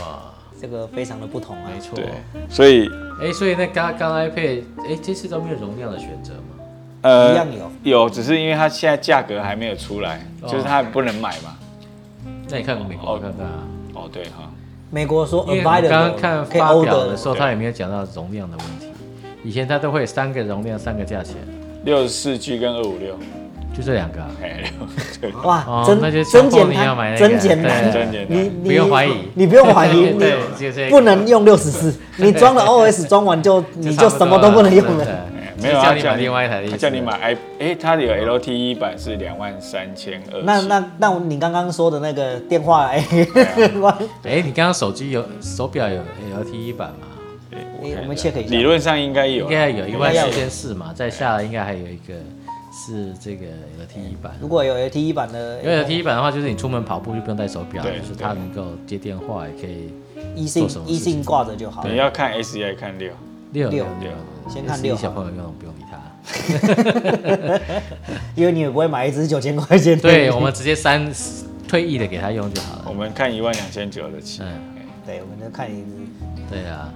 [SPEAKER 1] 哇，
[SPEAKER 3] 这个非常的不同啊
[SPEAKER 1] 没。错
[SPEAKER 2] 对。，所以
[SPEAKER 1] 哎，所以那刚刚 iPad，哎，这次都没有容量的选择嘛？
[SPEAKER 2] 呃，
[SPEAKER 3] 一样有
[SPEAKER 2] 有，只是因为它现在价格还没有出来，
[SPEAKER 1] 哦
[SPEAKER 2] 就是它还不能买嘛。
[SPEAKER 1] 那你看美国看看啊，
[SPEAKER 2] 哦，对哈，
[SPEAKER 3] 美国说
[SPEAKER 1] 因为我刚
[SPEAKER 3] available
[SPEAKER 1] 刚看
[SPEAKER 3] 可以
[SPEAKER 1] 发
[SPEAKER 3] order
[SPEAKER 1] 表的
[SPEAKER 3] 了
[SPEAKER 1] 时候，他也没有讲到容量的问题。以前他都会三个容量，三个价钱，
[SPEAKER 2] 六十四 G 跟二五六，
[SPEAKER 1] 就这两个啊。
[SPEAKER 2] 哎，对，
[SPEAKER 1] 哦
[SPEAKER 3] 哇，
[SPEAKER 1] 那就
[SPEAKER 3] 真
[SPEAKER 1] 强
[SPEAKER 3] 真
[SPEAKER 1] 迫
[SPEAKER 3] 简
[SPEAKER 1] 你要买那
[SPEAKER 3] 单，
[SPEAKER 1] 个
[SPEAKER 3] 真简
[SPEAKER 1] 对
[SPEAKER 3] 单，
[SPEAKER 2] 真简
[SPEAKER 3] 你
[SPEAKER 2] 单。
[SPEAKER 3] 你
[SPEAKER 1] 不用怀疑
[SPEAKER 3] 你不用怀疑，
[SPEAKER 1] 对就这个
[SPEAKER 3] 你不能用六十四，你装了 OS 装完就你就什么都不能用了。
[SPEAKER 2] 哎
[SPEAKER 1] 没有
[SPEAKER 2] 啊
[SPEAKER 1] 叫你买另外一台的意
[SPEAKER 2] 他
[SPEAKER 1] 思，
[SPEAKER 2] 叫你买 i，哎，它有 LTE 版是两万三千二。
[SPEAKER 3] 那那那你刚刚说的那个电话，哎，
[SPEAKER 1] 哎，你刚刚手机有手表有 LTE 版吗？
[SPEAKER 2] 哎
[SPEAKER 3] 你
[SPEAKER 2] 看
[SPEAKER 3] 我们
[SPEAKER 2] 一下
[SPEAKER 3] check 一下
[SPEAKER 2] 理论上应该有
[SPEAKER 1] 应
[SPEAKER 2] 啊，
[SPEAKER 1] 该有一万
[SPEAKER 3] 应该有
[SPEAKER 1] 四千四嘛，再下来应该还有一个是这个 LTE 版。
[SPEAKER 3] 如果有 LTE 版的，
[SPEAKER 1] 因为 LTE 版的话，就是你出门跑步就不用带手表，
[SPEAKER 2] 对
[SPEAKER 1] 就是它能够接电话，也可以
[SPEAKER 3] 哎一
[SPEAKER 1] 做
[SPEAKER 3] 信
[SPEAKER 1] 什么事
[SPEAKER 3] 一信挂着就好了
[SPEAKER 2] 你。要看 S 还看六？
[SPEAKER 1] 六
[SPEAKER 3] 六
[SPEAKER 1] 六，
[SPEAKER 3] 先看六
[SPEAKER 1] 11小朋友用不用理它。
[SPEAKER 3] 因为你也不会买一只九千块钱的。
[SPEAKER 1] 对，我们直接删退役的给他用就好
[SPEAKER 2] 我
[SPEAKER 1] 了。
[SPEAKER 2] 们看一万两千九的起。
[SPEAKER 1] 嗯
[SPEAKER 2] 哎
[SPEAKER 3] 对，我们就看一只。
[SPEAKER 1] 对啊，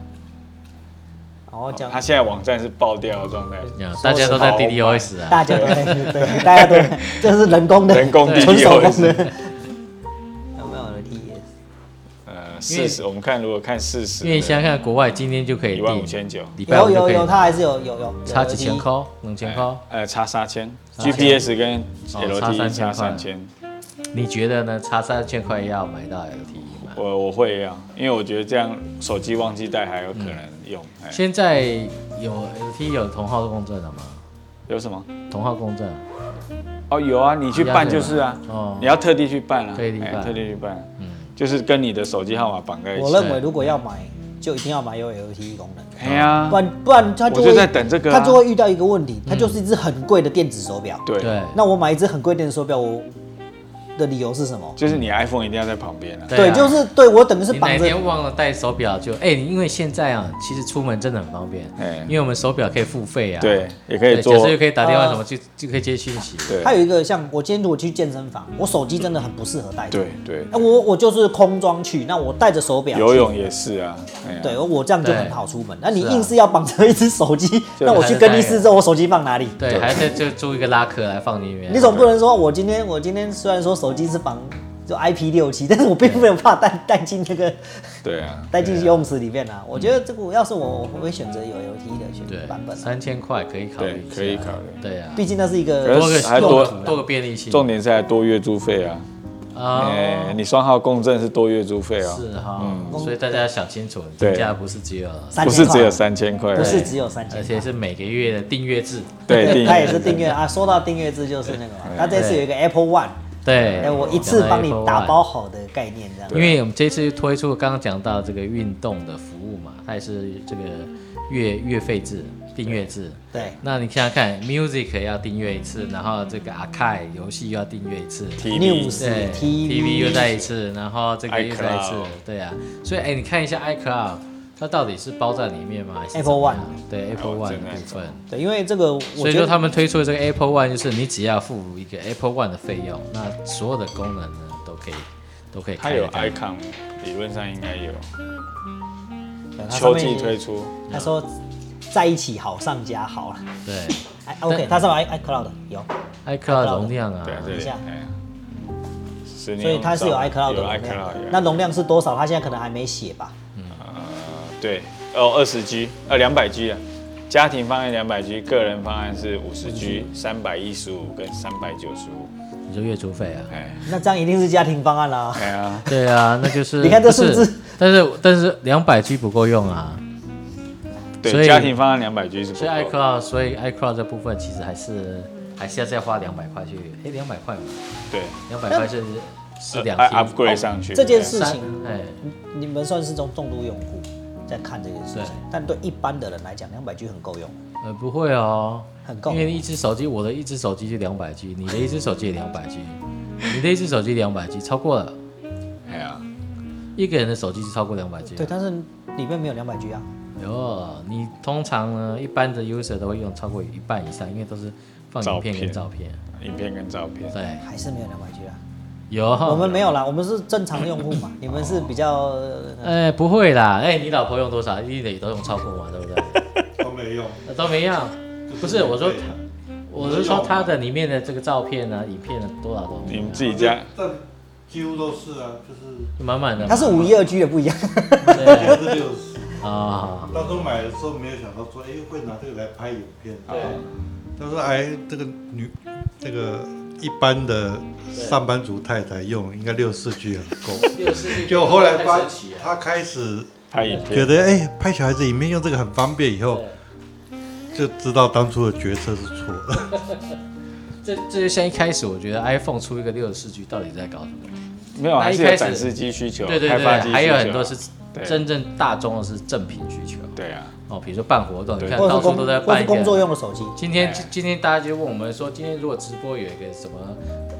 [SPEAKER 3] 然后讲
[SPEAKER 2] 它哦现在网站是爆掉的状态，
[SPEAKER 1] 嗯大家都在 DDoS 啊。
[SPEAKER 3] 大家都在对，大家都在这是人工的，
[SPEAKER 2] 人工
[SPEAKER 3] 纯手工的。有没有？
[SPEAKER 2] 呃四十，我们看如果看四十，
[SPEAKER 1] 因为现在看国外今天就可以
[SPEAKER 2] 一万五千九，
[SPEAKER 1] 礼拜
[SPEAKER 3] 有
[SPEAKER 1] 五就
[SPEAKER 3] 有
[SPEAKER 1] 可以
[SPEAKER 3] 有，它还是有有有
[SPEAKER 1] 差几千
[SPEAKER 3] 有
[SPEAKER 1] 块，两千块。
[SPEAKER 2] 呃，差三千
[SPEAKER 1] 千
[SPEAKER 2] ，GPS 跟
[SPEAKER 1] 哦差
[SPEAKER 2] LT
[SPEAKER 1] 三千
[SPEAKER 2] 差
[SPEAKER 1] 块
[SPEAKER 2] 三千，
[SPEAKER 1] 你觉得呢？差三千块要买到 LTE 吗？
[SPEAKER 2] 我我会要，因为我觉得这样手机忘记带还有可能用。哎
[SPEAKER 1] 现在有 LTE 有同号共振了吗？
[SPEAKER 2] 有什么？
[SPEAKER 1] 同号共振
[SPEAKER 2] 哦，有啊，你去办就是啊，
[SPEAKER 1] 哦
[SPEAKER 2] 你要特地去办啊，
[SPEAKER 1] 特地办嗯
[SPEAKER 2] 哎特地去办，就是跟你的手机号码绑在一
[SPEAKER 3] E 我
[SPEAKER 2] 起。
[SPEAKER 3] 认为如果要买，就一定要买有 LTE 功能的，
[SPEAKER 2] 哎呀
[SPEAKER 1] 哦
[SPEAKER 3] 不，然不然它就
[SPEAKER 2] 我
[SPEAKER 3] 会
[SPEAKER 2] 就在等这个啊
[SPEAKER 3] 它就会遇到一个问题，它就是一只很贵的电子手表。
[SPEAKER 2] 对，
[SPEAKER 1] 对，
[SPEAKER 3] 那我买一只很贵的电子手表，我的理由是什么？
[SPEAKER 2] 就是你 iPhone 一定要在旁边啊。
[SPEAKER 1] 对啊
[SPEAKER 3] 对，就是对我等于是
[SPEAKER 1] 你哪
[SPEAKER 3] 绑
[SPEAKER 1] 一
[SPEAKER 3] 着
[SPEAKER 1] 天忘了带手表就哎、因为现在啊，其实出门真的很方便，
[SPEAKER 2] 哎
[SPEAKER 1] 因为我们手表可以付费啊，
[SPEAKER 2] 对，也可
[SPEAKER 1] 对，
[SPEAKER 2] 以做
[SPEAKER 1] 假设，又可以打电话
[SPEAKER 3] 呃
[SPEAKER 1] 什么，就就可以接讯息。
[SPEAKER 3] 还
[SPEAKER 2] 对，嗯
[SPEAKER 3] 有一个像我今天如果去健身房，我手机真的很不适合带着。
[SPEAKER 2] 对对，
[SPEAKER 3] 那我我就是空装去，那我带着手表去
[SPEAKER 2] 游。泳也是啊，哎呀
[SPEAKER 3] 对，我这样就
[SPEAKER 1] 对
[SPEAKER 3] 很好出门。那你
[SPEAKER 1] 是啊
[SPEAKER 3] 硬是要绑着一只手机，
[SPEAKER 2] 就
[SPEAKER 3] 那我去更衣室之后，我手机放哪里？
[SPEAKER 1] 对，还是就租一个拉客来放里面。啊
[SPEAKER 3] 你总不能说我今天我今天虽然说手机是绑就 IP 六七，但是我并没有办法带带进那个
[SPEAKER 2] 对啊，
[SPEAKER 3] 带进
[SPEAKER 2] 对啊
[SPEAKER 3] 游泳池里面啊。我觉得这个要是我，我会选择有 LTE 的选
[SPEAKER 1] 对
[SPEAKER 3] 版本啊，
[SPEAKER 1] 三千块可以考虑一下，
[SPEAKER 2] 对可以考虑
[SPEAKER 1] 对啊，
[SPEAKER 3] 毕竟那是一个
[SPEAKER 2] 可
[SPEAKER 1] 多
[SPEAKER 2] 是还
[SPEAKER 1] 个
[SPEAKER 2] 多
[SPEAKER 1] 多多个便利性。
[SPEAKER 2] 重点是还多月租费啊，
[SPEAKER 1] 啊，
[SPEAKER 2] 哎，你双号共振是多月租费啊，
[SPEAKER 1] 是哈，所以大家要想清楚，定
[SPEAKER 2] 对
[SPEAKER 1] 价不是只有，
[SPEAKER 3] 三
[SPEAKER 2] 不
[SPEAKER 3] 千
[SPEAKER 2] 是只
[SPEAKER 3] 块
[SPEAKER 2] 有
[SPEAKER 3] 啊，
[SPEAKER 2] 三千块，
[SPEAKER 3] 不是只有三
[SPEAKER 1] 而
[SPEAKER 3] 千
[SPEAKER 1] 且
[SPEAKER 3] 块。
[SPEAKER 1] 是每个月的订阅制。
[SPEAKER 2] 对，订
[SPEAKER 3] 它也
[SPEAKER 2] 阅
[SPEAKER 3] 是订阅啊。说到订阅制，就是那个嘛，它这次有一个 Apple One，
[SPEAKER 1] 对，
[SPEAKER 3] 哎，我一次帮你
[SPEAKER 1] 讲到 Apple
[SPEAKER 3] 打
[SPEAKER 1] Watch
[SPEAKER 3] 包好的概念这样。
[SPEAKER 1] 因为我们这次推出刚刚讲到这个运动的服务嘛，它也是这个月月费制、订阅制。
[SPEAKER 3] 对，
[SPEAKER 1] 那你想想看，Music 要订阅一次，然后这个 Archive 游戏又要订阅一次
[SPEAKER 2] TV，
[SPEAKER 3] News
[SPEAKER 1] 对
[SPEAKER 3] TV
[SPEAKER 1] 又再一次，然后这个又再一次
[SPEAKER 2] iCloud，
[SPEAKER 1] 对啊。所以哎，你看一下 iCloud，它到底是包在里面吗还是
[SPEAKER 3] Apple
[SPEAKER 1] 怎么样
[SPEAKER 3] One
[SPEAKER 1] 对 Apple
[SPEAKER 2] 哦
[SPEAKER 1] One 的
[SPEAKER 2] 真的
[SPEAKER 1] 部分。
[SPEAKER 3] 对，因为这个我
[SPEAKER 1] 所以
[SPEAKER 3] 觉
[SPEAKER 1] 说
[SPEAKER 3] 得
[SPEAKER 1] 他们推出的这个 Apple One 就是你只要付一个 Apple One 的费用，那所有的功能呢都可以都可以
[SPEAKER 2] 它
[SPEAKER 1] 开
[SPEAKER 2] 有
[SPEAKER 1] 得到。
[SPEAKER 2] icon，理论上应该有，
[SPEAKER 3] 对它上
[SPEAKER 2] 秋
[SPEAKER 3] 面
[SPEAKER 2] 季推出，
[SPEAKER 3] 他说在一起好上加好了。
[SPEAKER 1] 对。
[SPEAKER 3] 哎，OK，它上面 i iCloud 有，
[SPEAKER 1] iCloud 容量啊，
[SPEAKER 2] 对啊，这里，
[SPEAKER 3] 下
[SPEAKER 2] 哎呀，十年
[SPEAKER 3] 所以它是有
[SPEAKER 2] 后
[SPEAKER 3] iCloud 的
[SPEAKER 2] 有
[SPEAKER 3] 容
[SPEAKER 2] iCloud，
[SPEAKER 3] 量。
[SPEAKER 2] 有
[SPEAKER 3] 那容量是多少？它现在可能还没写吧？
[SPEAKER 2] 对，哦，二十 G，呃，两百 G 啊，家庭方案两百 G，个人方案是五十 G，三百一十五跟三百九十五，
[SPEAKER 1] 你说月租费啊？
[SPEAKER 2] 哎，
[SPEAKER 3] 那这样一定是家庭方案啦。
[SPEAKER 2] 哎呀，
[SPEAKER 1] 对啊，那就是
[SPEAKER 3] 你看这数
[SPEAKER 1] 不是
[SPEAKER 3] 字，
[SPEAKER 1] 但是但是两百 G 不够用啊，所
[SPEAKER 2] 对，
[SPEAKER 1] 以
[SPEAKER 2] 家庭方案两百 G 是不
[SPEAKER 1] 所
[SPEAKER 2] 够
[SPEAKER 1] 以
[SPEAKER 2] 的，
[SPEAKER 1] iCloud 所以 iCloud 这部分其实还是还是要再花两百块去，哎，两百块嘛，
[SPEAKER 2] 对，
[SPEAKER 1] 两百块是是两
[SPEAKER 2] 呃
[SPEAKER 1] 天
[SPEAKER 2] upgrade 上去
[SPEAKER 3] 哦这件
[SPEAKER 2] 对
[SPEAKER 3] 事
[SPEAKER 1] 三
[SPEAKER 3] 情，
[SPEAKER 1] 哎，
[SPEAKER 3] 你们算是重重度用户在看这件事
[SPEAKER 1] 对
[SPEAKER 3] 情，但对一般的人来讲，两百 G 很够用，
[SPEAKER 1] 呃不会哦，
[SPEAKER 3] 很够
[SPEAKER 1] 因。为一只手机我的一只手机就两百 G，你的一只手机也两百 G，你的一只手机两百 G 超过了，
[SPEAKER 2] 哎呀，
[SPEAKER 1] 一个人的手机是超过两百 G，
[SPEAKER 3] 对，啊但是里面没有两百 G 啊。
[SPEAKER 1] 哟，你通常呢，一般的 user 都会用超过一半以上，因为都是放影片跟照
[SPEAKER 2] 照
[SPEAKER 1] 片。
[SPEAKER 2] 影片跟照片，
[SPEAKER 1] 对，
[SPEAKER 3] 还是没有两百 G 啊？
[SPEAKER 1] 有。
[SPEAKER 3] 我们没有啦，我们是正常用户嘛，你们是比较
[SPEAKER 1] 哎、不会啦，哎、你老婆用多少？一得都用超过嘛，对不对？
[SPEAKER 4] 都没用。
[SPEAKER 1] 呃都没用。不是，我说
[SPEAKER 4] 对啊，
[SPEAKER 1] 我是说它的里面的这个照片啊、影片啊，多少都
[SPEAKER 2] 你们自己家
[SPEAKER 4] 但几乎都是啊，就是
[SPEAKER 1] 满满的嘛。
[SPEAKER 3] 它是五一二 G 的 不一样。
[SPEAKER 1] 对
[SPEAKER 4] 百分之六十。
[SPEAKER 1] 啊，
[SPEAKER 4] 当初买的时候没有想到说，哎，会拿这个来拍影片。对。他说，哎，这个女，这个一般的上班族太太用，应该六四 G 很够。就后来发，他开始
[SPEAKER 2] 拍影
[SPEAKER 4] 觉
[SPEAKER 2] 片，
[SPEAKER 4] 得，哎，拍小孩子影片用这个很方便，以后
[SPEAKER 1] 对
[SPEAKER 4] 就知道当初的决策是错的。
[SPEAKER 1] 这这就像一开始我觉得 iPhone 出一个六十四 G 到底在搞什么？
[SPEAKER 2] 没有，
[SPEAKER 1] 那
[SPEAKER 2] 还
[SPEAKER 1] 一
[SPEAKER 2] 是
[SPEAKER 1] 开
[SPEAKER 2] 有
[SPEAKER 1] 始
[SPEAKER 2] 展示机需求，
[SPEAKER 1] 对对
[SPEAKER 2] 啊开发机
[SPEAKER 1] 对，
[SPEAKER 2] 需求
[SPEAKER 1] 还有很多是
[SPEAKER 2] 对
[SPEAKER 1] 真正大众的是正品需求。
[SPEAKER 2] 对啊，
[SPEAKER 1] 哦，比如说办活动，你
[SPEAKER 2] 对
[SPEAKER 1] 看
[SPEAKER 3] 或者
[SPEAKER 1] 到
[SPEAKER 3] 是
[SPEAKER 1] 处
[SPEAKER 3] 工，
[SPEAKER 1] 都在
[SPEAKER 3] 或
[SPEAKER 1] 办
[SPEAKER 3] 是
[SPEAKER 1] 一个
[SPEAKER 3] 工作用的手机，
[SPEAKER 1] 今天今今天大家就问我们说，今天如果直播有一个什么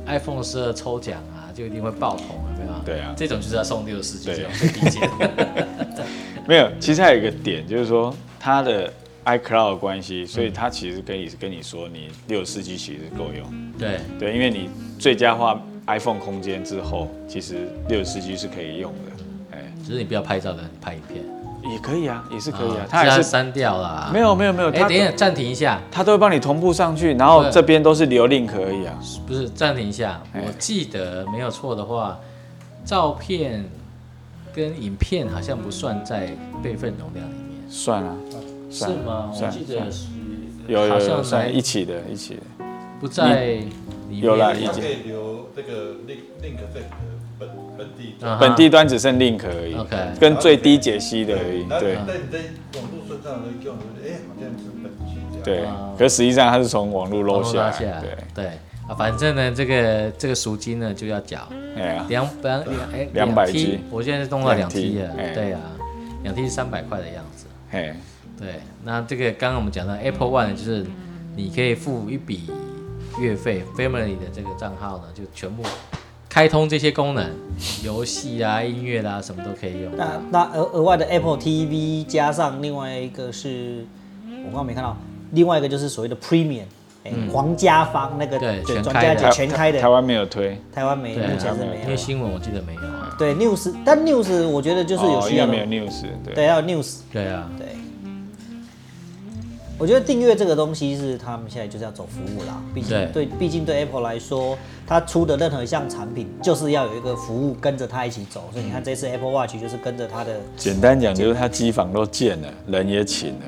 [SPEAKER 1] iPhone 十二抽奖啊，就一定会爆桶，有没有？
[SPEAKER 2] 对啊
[SPEAKER 1] 这种就是要送六十几
[SPEAKER 2] 对
[SPEAKER 1] 这种最低阶的。
[SPEAKER 2] 没有，其实还有一个点，就是说它的 iCloud 的关系，所以它其实可以跟你说，你六十四 G 其实够用，
[SPEAKER 1] 对
[SPEAKER 2] 对，因为你最佳化 iPhone 空间之后，其实六十四 G 是可以用的，哎，
[SPEAKER 1] 只是你不要拍照的，你拍影片。
[SPEAKER 2] 也可以啊，也是可以啊，它
[SPEAKER 1] 它
[SPEAKER 2] 还是
[SPEAKER 1] 删掉了。
[SPEAKER 2] 没。有没有没有，
[SPEAKER 1] 哎，
[SPEAKER 2] 它
[SPEAKER 1] 等一下，暂停一下，
[SPEAKER 2] 它都会帮你同步上去，然后
[SPEAKER 1] 对
[SPEAKER 2] 这边都是留 link 而已啊，
[SPEAKER 1] 不是暂停一下。
[SPEAKER 2] 哎
[SPEAKER 1] 我记得没有错的话，照片跟影片好像不算在备份容量里面，
[SPEAKER 2] 算啊，
[SPEAKER 1] 是
[SPEAKER 2] 算
[SPEAKER 1] 吗？我
[SPEAKER 2] 算啊
[SPEAKER 1] 记得是
[SPEAKER 2] 有有
[SPEAKER 1] 好
[SPEAKER 2] 有
[SPEAKER 1] 像
[SPEAKER 2] 算
[SPEAKER 1] 在
[SPEAKER 2] 一起的，一起的，
[SPEAKER 1] 不在里面。
[SPEAKER 2] 有啦已
[SPEAKER 4] 它
[SPEAKER 2] 经
[SPEAKER 4] 可以留那个 link link 在你的本本地
[SPEAKER 1] 啊哈
[SPEAKER 2] 本地端只剩 link 而已
[SPEAKER 1] OK
[SPEAKER 2] 跟最低解析的而已，
[SPEAKER 4] 然后
[SPEAKER 2] 对
[SPEAKER 4] 但你在网络身上的用，哎，好像是本区这样。
[SPEAKER 2] 对
[SPEAKER 1] 啊，
[SPEAKER 2] 可实际上它是从网络
[SPEAKER 1] 网
[SPEAKER 2] 漏
[SPEAKER 1] 络
[SPEAKER 2] 下
[SPEAKER 1] 拉
[SPEAKER 2] 来，
[SPEAKER 1] 下来，
[SPEAKER 2] 对，
[SPEAKER 1] 对啊，反正呢，这个这个赎金呢就要缴
[SPEAKER 2] 哎呀，
[SPEAKER 1] 两百两哎
[SPEAKER 2] 两百
[SPEAKER 1] T，
[SPEAKER 2] G
[SPEAKER 1] 我现在是弄到两
[SPEAKER 2] 两 T，
[SPEAKER 1] T 了
[SPEAKER 2] 哎，
[SPEAKER 1] 对啊，两 T 是三百块的样子。
[SPEAKER 2] 嘿，
[SPEAKER 1] 对，那这个刚刚我们讲到 Apple One 就是你可以付一笔月费，Family 的这个账号呢就全部开通这些功能，游戏啊、音乐啦、什么都可以用。
[SPEAKER 3] 那那额额外的 Apple TV 加上另外一个是，我刚刚没看到，另外一个就是所谓的 Premium，哎、皇家方那个
[SPEAKER 1] 嗯对全
[SPEAKER 3] 专
[SPEAKER 1] 开
[SPEAKER 3] 家
[SPEAKER 1] 的
[SPEAKER 3] 姐全开的
[SPEAKER 2] 台，湾没有推，
[SPEAKER 3] 台湾没，
[SPEAKER 1] 对啊
[SPEAKER 3] 目前是没
[SPEAKER 1] 因
[SPEAKER 3] 有
[SPEAKER 1] 为
[SPEAKER 3] 啊。
[SPEAKER 1] 新闻我记得没有啊。
[SPEAKER 3] 对 News，但 News 我觉得就是有
[SPEAKER 2] 哦
[SPEAKER 3] 需
[SPEAKER 2] 因为
[SPEAKER 3] 要
[SPEAKER 2] 没有
[SPEAKER 3] 的，
[SPEAKER 2] news，对，
[SPEAKER 3] 对，还有 News，
[SPEAKER 1] 对啊，
[SPEAKER 3] 对。我觉得订阅这个东西是他们现在就是要走服务啦，毕竟对，毕竟对 Apple 来说，它出的任何一项产品就是要有一个服务跟着它一起走，所以
[SPEAKER 1] 嗯
[SPEAKER 3] 你看这次 Apple Watch 就是跟着它的
[SPEAKER 2] 简单讲就是它机房都建了，人也请了，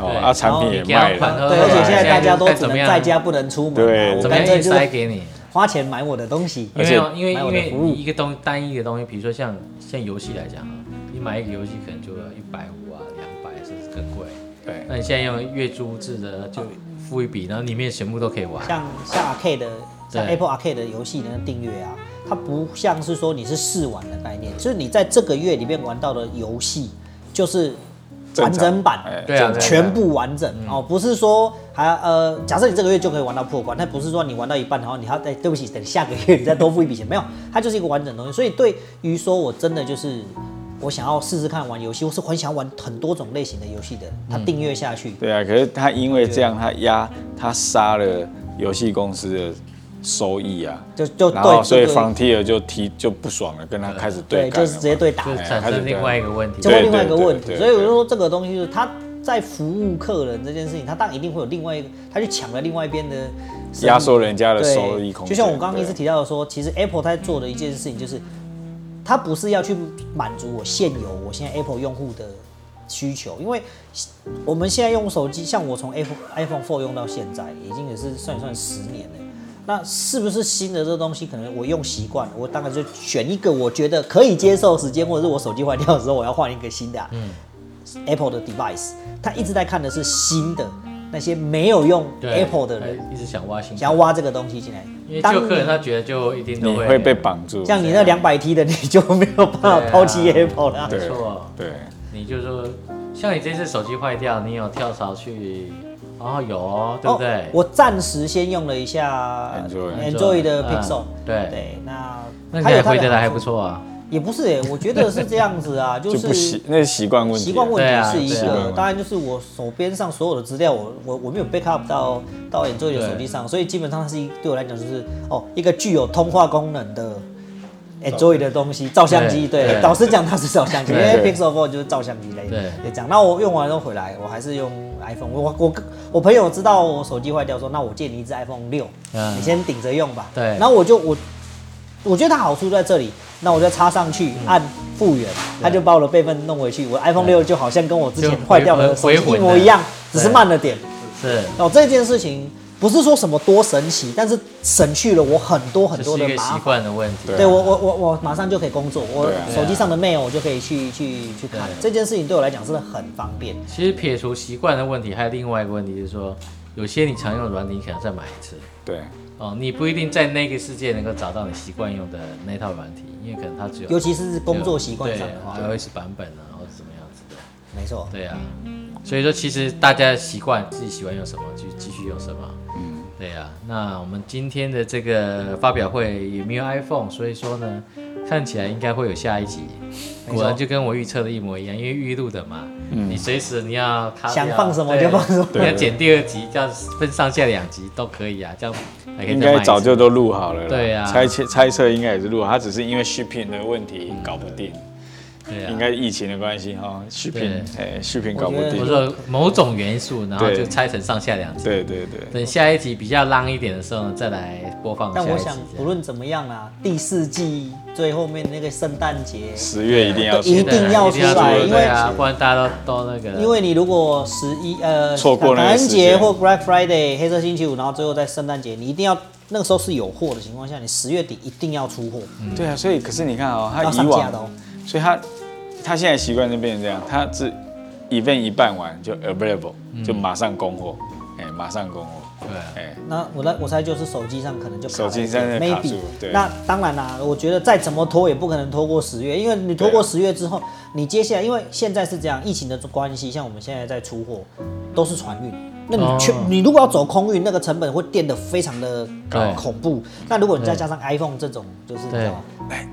[SPEAKER 2] 哦，
[SPEAKER 1] 对
[SPEAKER 2] 啊，产品也卖
[SPEAKER 1] 然后呃
[SPEAKER 2] 了，
[SPEAKER 3] 对，而且现在
[SPEAKER 1] 现在
[SPEAKER 3] 大家都
[SPEAKER 1] 看
[SPEAKER 3] 只
[SPEAKER 1] 怎么
[SPEAKER 3] 能
[SPEAKER 1] 样
[SPEAKER 3] 在家不能出门嘛，
[SPEAKER 2] 对
[SPEAKER 3] 我
[SPEAKER 1] 怎么样嗯
[SPEAKER 3] 干脆
[SPEAKER 1] 硬
[SPEAKER 3] 就
[SPEAKER 1] 塞
[SPEAKER 3] 是
[SPEAKER 1] 给你？
[SPEAKER 3] 花钱买我的东西。
[SPEAKER 1] 因为因为
[SPEAKER 3] 买
[SPEAKER 1] 因
[SPEAKER 3] 我的
[SPEAKER 1] 为
[SPEAKER 3] 服务
[SPEAKER 1] 你一个东单一的东西，比如说像像游戏来讲啊，你买一个游戏可能就要一百五啊、两百甚至更贵。
[SPEAKER 2] 对，
[SPEAKER 1] 那你现在用月租制的就付一笔，然后里面全部都可以玩。
[SPEAKER 3] 像像 Arcade 的像
[SPEAKER 1] 对
[SPEAKER 3] Apple Arcade 的游戏呢，订阅啊，它不像是说你是试玩的概念，就是你在这个月里面玩到的游戏就是完整版，
[SPEAKER 2] 哎
[SPEAKER 1] 对啊
[SPEAKER 2] 正常
[SPEAKER 3] 全部完整、
[SPEAKER 2] 嗯
[SPEAKER 3] 哦，不是说还呃，假设你这个月就可以玩到破关，但不是说你玩到一半，然后你还要哎，对不起，等下个月你再多付一笔钱，没有，它就是一个完整的东西。所以对于说我真的就是我想要试试看玩游戏，或是很想玩很多种类型的游戏的，它订阅下去，
[SPEAKER 2] 对啊，可是他因为这样，他压他杀了游戏公司的收益啊，
[SPEAKER 3] 就就
[SPEAKER 2] 然后
[SPEAKER 3] 对，
[SPEAKER 2] 所以
[SPEAKER 3] 就
[SPEAKER 2] 方蒂尔就提就不爽了，跟他开始干
[SPEAKER 3] 对，
[SPEAKER 2] 了
[SPEAKER 3] 就
[SPEAKER 2] 嘛，
[SPEAKER 3] 是直接对打
[SPEAKER 1] 就
[SPEAKER 3] 了。
[SPEAKER 1] 产生另外一个问题，
[SPEAKER 3] 这
[SPEAKER 2] 对
[SPEAKER 3] 会另外一个问
[SPEAKER 2] 对
[SPEAKER 3] 题。
[SPEAKER 2] 对
[SPEAKER 3] 所以我就说这个东西就是他在服务客人这件事情，他当然一定会有另外一个，他去抢了另外一边的生意
[SPEAKER 2] 压缩人家的
[SPEAKER 3] 对
[SPEAKER 2] 收益空间。
[SPEAKER 3] 就像我刚刚一直
[SPEAKER 2] 对
[SPEAKER 3] 提到的说，其实 Apple 它在做的一件事情就是，它不是要去满足我现有我现在 Apple 用户的需求，因为我们现在用手机，像我从 Apple iPhone 4用到现在，已经也是算一算十年了。那是不是新的这东西，可能我用习惯了，我当然就选一个我觉得可以接受时间，或者是我手机坏掉的时候，我要换一个新的、啊。Apple 的 device，它一直在看的是新的那些没有用
[SPEAKER 1] 对哎
[SPEAKER 3] Apple 的人，
[SPEAKER 1] 一直想挖新，
[SPEAKER 3] 想要挖这个东西进来。
[SPEAKER 1] 因为
[SPEAKER 3] 当
[SPEAKER 1] 旧客人
[SPEAKER 3] 你
[SPEAKER 1] 他觉得就一定都
[SPEAKER 2] 你会被绑住。
[SPEAKER 3] 像你那两百 T 的，你就没有办法抛弃
[SPEAKER 1] 啊对啊
[SPEAKER 3] Apple 哦了。
[SPEAKER 1] 没
[SPEAKER 2] 对
[SPEAKER 1] 错，
[SPEAKER 2] 对，
[SPEAKER 1] 你就说像你这次手机坏掉，你有跳槽去，哦有哦，对不
[SPEAKER 3] 哦
[SPEAKER 1] 对？
[SPEAKER 3] 我暂时先用了一下
[SPEAKER 2] Android
[SPEAKER 3] Android 的
[SPEAKER 1] 嗯
[SPEAKER 3] Pixel，
[SPEAKER 1] 对
[SPEAKER 3] 对，那
[SPEAKER 1] 那
[SPEAKER 3] 它
[SPEAKER 1] 你还
[SPEAKER 3] 有它
[SPEAKER 1] 回
[SPEAKER 3] 的
[SPEAKER 1] 得来还
[SPEAKER 3] 好
[SPEAKER 1] 不
[SPEAKER 3] 处，
[SPEAKER 1] 错啊，
[SPEAKER 3] 也不是欸，我觉得是这样子 啊，就
[SPEAKER 2] 就是不习那是习惯问题啊。
[SPEAKER 3] 习惯问
[SPEAKER 1] 对啊
[SPEAKER 3] 题是一
[SPEAKER 1] 对啊
[SPEAKER 3] 个，当然就是我手边上所有的资料，我我我没有 backup 到到 Android 的手机上，所以基本上它是一对我来讲就是哦一个具有通话功能的 Android 的东西，照相机。
[SPEAKER 1] 对
[SPEAKER 3] 对，
[SPEAKER 1] 对
[SPEAKER 3] 老实讲它是照相机，因
[SPEAKER 1] 对
[SPEAKER 3] 为 Pixel Four 就是照相机类
[SPEAKER 1] 对
[SPEAKER 3] 的。也讲，那我用完之后回来，我还是用 iPhone。我我我朋友知道我手机坏掉，说那我借你一只 iPhone 六，
[SPEAKER 1] 嗯
[SPEAKER 3] 你先顶着用吧。
[SPEAKER 1] 对
[SPEAKER 3] 然后我就我我觉得它好处在这里，那我再插上去
[SPEAKER 1] 嗯
[SPEAKER 3] 按复原，它就把我的备份弄回去。我 iPhone 六就好像跟我之前
[SPEAKER 1] 就
[SPEAKER 3] 坏掉的手
[SPEAKER 1] 回
[SPEAKER 3] 机
[SPEAKER 1] 回魂了
[SPEAKER 3] 一模一样，只是
[SPEAKER 1] 对
[SPEAKER 3] 慢了点。
[SPEAKER 1] 是
[SPEAKER 3] 哦，这件事情不是说什么多神奇，但是省去了我很多很
[SPEAKER 1] 这
[SPEAKER 3] 多
[SPEAKER 1] 是
[SPEAKER 3] 的
[SPEAKER 1] 一个
[SPEAKER 3] 麻
[SPEAKER 1] 习
[SPEAKER 3] 烦。
[SPEAKER 1] 惯的问题。
[SPEAKER 2] 对啊
[SPEAKER 3] 对我我我我马上就可以工作，我
[SPEAKER 2] 对啊
[SPEAKER 3] 手机上的 mail 我就可以去去去看
[SPEAKER 1] 对。
[SPEAKER 3] 这件事情对我来讲真的很方便。
[SPEAKER 1] 其实撇除习惯的问题，还有另外一个问题就是说，有些你常用的软体，你可能再买一次
[SPEAKER 2] 对，
[SPEAKER 1] 哦，你不一定在那个世界能够找到你习惯用的那套软体，因为可能它只有
[SPEAKER 3] 尤其是工作习惯上的话，
[SPEAKER 1] ，iOS 版本啊，或者怎么样子的。
[SPEAKER 3] 没错，
[SPEAKER 1] 对啊，所以说其实大家习惯自己喜欢用什么就继续用什么。嗯，对啊。那我们今天的这个发表会也没有 iPhone，所以说呢，看起来应该会有下一集。
[SPEAKER 3] 没错嗯
[SPEAKER 1] 果然就跟我预测的一模一样，因为预录的嘛，你随时你要卡
[SPEAKER 3] 想
[SPEAKER 1] 掉
[SPEAKER 3] 放什么
[SPEAKER 1] 对
[SPEAKER 3] 就放什么
[SPEAKER 1] 你要剪第二集，这样分上下两集都可以啊，这样还可以
[SPEAKER 2] 应
[SPEAKER 1] 再卖一
[SPEAKER 2] 该
[SPEAKER 1] 次
[SPEAKER 2] 早就都录好了啦。
[SPEAKER 1] 对啊
[SPEAKER 2] 猜测猜测应该也是录好，他只是因为 shipping 的问题搞不定。
[SPEAKER 1] 嗯对啊
[SPEAKER 2] 应，该疫情的关系哈，续品哎续品搞不
[SPEAKER 3] 我
[SPEAKER 1] 我
[SPEAKER 3] 觉
[SPEAKER 2] 定
[SPEAKER 3] 得，
[SPEAKER 1] 说某种元素，然后
[SPEAKER 2] 对
[SPEAKER 1] 就拆成上下两集。
[SPEAKER 2] 对对对，
[SPEAKER 1] 等下一集比较浪一点的时候呢，再来播放下
[SPEAKER 3] 但
[SPEAKER 1] 一集这
[SPEAKER 3] 我
[SPEAKER 1] 样。
[SPEAKER 3] 想，不论怎么样啊，第四季最后面那个圣诞节，
[SPEAKER 2] 十月一定要
[SPEAKER 3] 一
[SPEAKER 1] 对啊
[SPEAKER 2] 出
[SPEAKER 3] 定要
[SPEAKER 1] 一定要
[SPEAKER 2] 出来因为
[SPEAKER 1] 对啊，不然大家都都那个了。
[SPEAKER 3] 因为你如果十一呃
[SPEAKER 2] 错过那
[SPEAKER 3] 感
[SPEAKER 2] 个
[SPEAKER 3] 恩
[SPEAKER 2] 时
[SPEAKER 3] 节
[SPEAKER 2] 间
[SPEAKER 3] 或 Black Friday 黑色星期五，然后最后在圣诞节，你一定要那个时候是有货的情况下，你十月底一定要出货，
[SPEAKER 2] 对啊，所以可是你看哦，他
[SPEAKER 3] 要
[SPEAKER 2] 以
[SPEAKER 3] 嗯上架
[SPEAKER 2] 往
[SPEAKER 3] 的哦。
[SPEAKER 2] 所以他他现在习惯就变成这样，他是 event 一办完就 available，、就
[SPEAKER 3] 嗯
[SPEAKER 2] 马上供货，哎、马上供货，
[SPEAKER 1] 对啊
[SPEAKER 2] 哎、
[SPEAKER 3] 那我在我猜就是手机上可能就卡了
[SPEAKER 2] 手机上
[SPEAKER 3] 一
[SPEAKER 2] 在
[SPEAKER 3] 点
[SPEAKER 2] 卡
[SPEAKER 3] maybe
[SPEAKER 2] 住对
[SPEAKER 3] 那当然啦、我觉得再怎么拖也不可能拖过十月，因为你拖过
[SPEAKER 2] 对啊
[SPEAKER 3] 十月之后，你接下来因为现在是这样，疫情的关系，像我们现在在出货都是船运，那你去、
[SPEAKER 1] 哦
[SPEAKER 3] 你如果要走空运，那个成本会垫得非常的
[SPEAKER 1] 对
[SPEAKER 3] 恐怖。那如果你再加上 iPhone 这种，就是你知道吗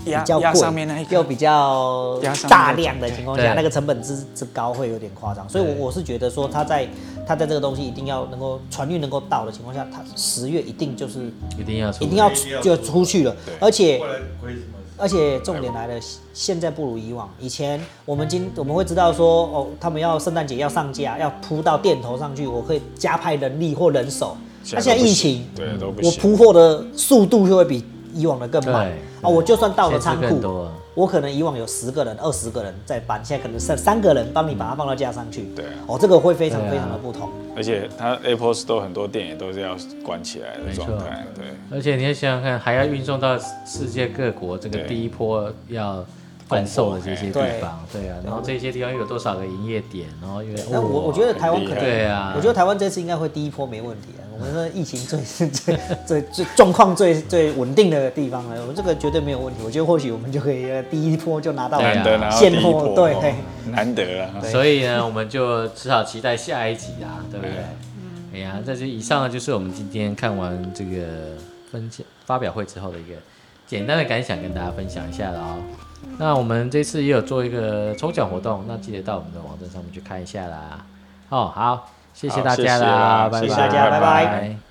[SPEAKER 3] 比
[SPEAKER 2] 压
[SPEAKER 3] 较
[SPEAKER 2] 压
[SPEAKER 3] 贵
[SPEAKER 2] 上面那一，
[SPEAKER 3] 又
[SPEAKER 2] 个，
[SPEAKER 3] 比较
[SPEAKER 2] 压上面那个
[SPEAKER 3] 大量的情况下，
[SPEAKER 1] 对
[SPEAKER 3] 那个成本之之高会有点夸张，所以
[SPEAKER 1] 对
[SPEAKER 3] 我我是觉得说，它在它在这个东西一定要能够船运能够到的情况下，它十月一定就是
[SPEAKER 1] 一定要出，
[SPEAKER 3] 一定要
[SPEAKER 4] 一定要
[SPEAKER 3] 就出去了
[SPEAKER 2] 对，
[SPEAKER 3] 而且
[SPEAKER 4] 不然亏什么？
[SPEAKER 3] 而且重点来了，现在不如以往。以前我们今我们会知道说，哦，他们要圣诞节要上架，要铺到店头上去，我可以加派人力或人手。那现在
[SPEAKER 2] 都不
[SPEAKER 3] 疫
[SPEAKER 2] 行
[SPEAKER 3] 情，
[SPEAKER 2] 对都不
[SPEAKER 3] 我
[SPEAKER 2] 行，
[SPEAKER 3] 铺货的速度就会比以往的更慢
[SPEAKER 1] 对
[SPEAKER 3] 啊！我就算到了仓
[SPEAKER 1] 限制更
[SPEAKER 3] 库
[SPEAKER 1] 多，
[SPEAKER 3] 我可能以往有十个人、二十个人在搬，现在可能剩三个人帮你把它放到架上去。
[SPEAKER 2] 对啊
[SPEAKER 3] 哦，这个会非常
[SPEAKER 1] 对啊
[SPEAKER 3] 非常的不同。
[SPEAKER 2] 而且它 Apple Store 很多店也都是要关起来的状态，
[SPEAKER 3] 啊
[SPEAKER 2] 对，
[SPEAKER 1] 而且你要想想看，还要运送到世界各国这个
[SPEAKER 2] 对
[SPEAKER 1] 第一波要贩售的这些地方，对啊，然后这些地方又有多少个营业点，然后因为
[SPEAKER 3] 那我我觉得台湾可能，
[SPEAKER 2] 很厉害
[SPEAKER 1] 对啊
[SPEAKER 3] 我觉得台湾这次应该会第一波没问题啊。我们的疫情最最最最状况最最稳定的地方了，我们这个绝对没有问题。我觉得或许我们就可以呃第一波就拿到
[SPEAKER 1] 对啊
[SPEAKER 2] 难得拿到第
[SPEAKER 3] 现
[SPEAKER 2] 一
[SPEAKER 3] 货
[SPEAKER 2] 波，，
[SPEAKER 3] 对。
[SPEAKER 2] 难得啊，
[SPEAKER 1] 所以呢，我们就只好期待下一集啦，对不对
[SPEAKER 2] 对？
[SPEAKER 1] 哎呀，这就以上呢，就是我们今天看完这个分享发表会之后的一个简单的感想，跟大家分享一下了哦。那我们这次也有做一个抽奖活动，那记得到我们的网站上面去看一下啦。哦，好，谢谢
[SPEAKER 2] 好
[SPEAKER 1] 大
[SPEAKER 2] 谢
[SPEAKER 1] 家
[SPEAKER 2] 谢
[SPEAKER 1] 啦，
[SPEAKER 2] 啦
[SPEAKER 1] 拜拜，
[SPEAKER 2] 谢
[SPEAKER 3] 谢大家拜拜
[SPEAKER 1] 拜拜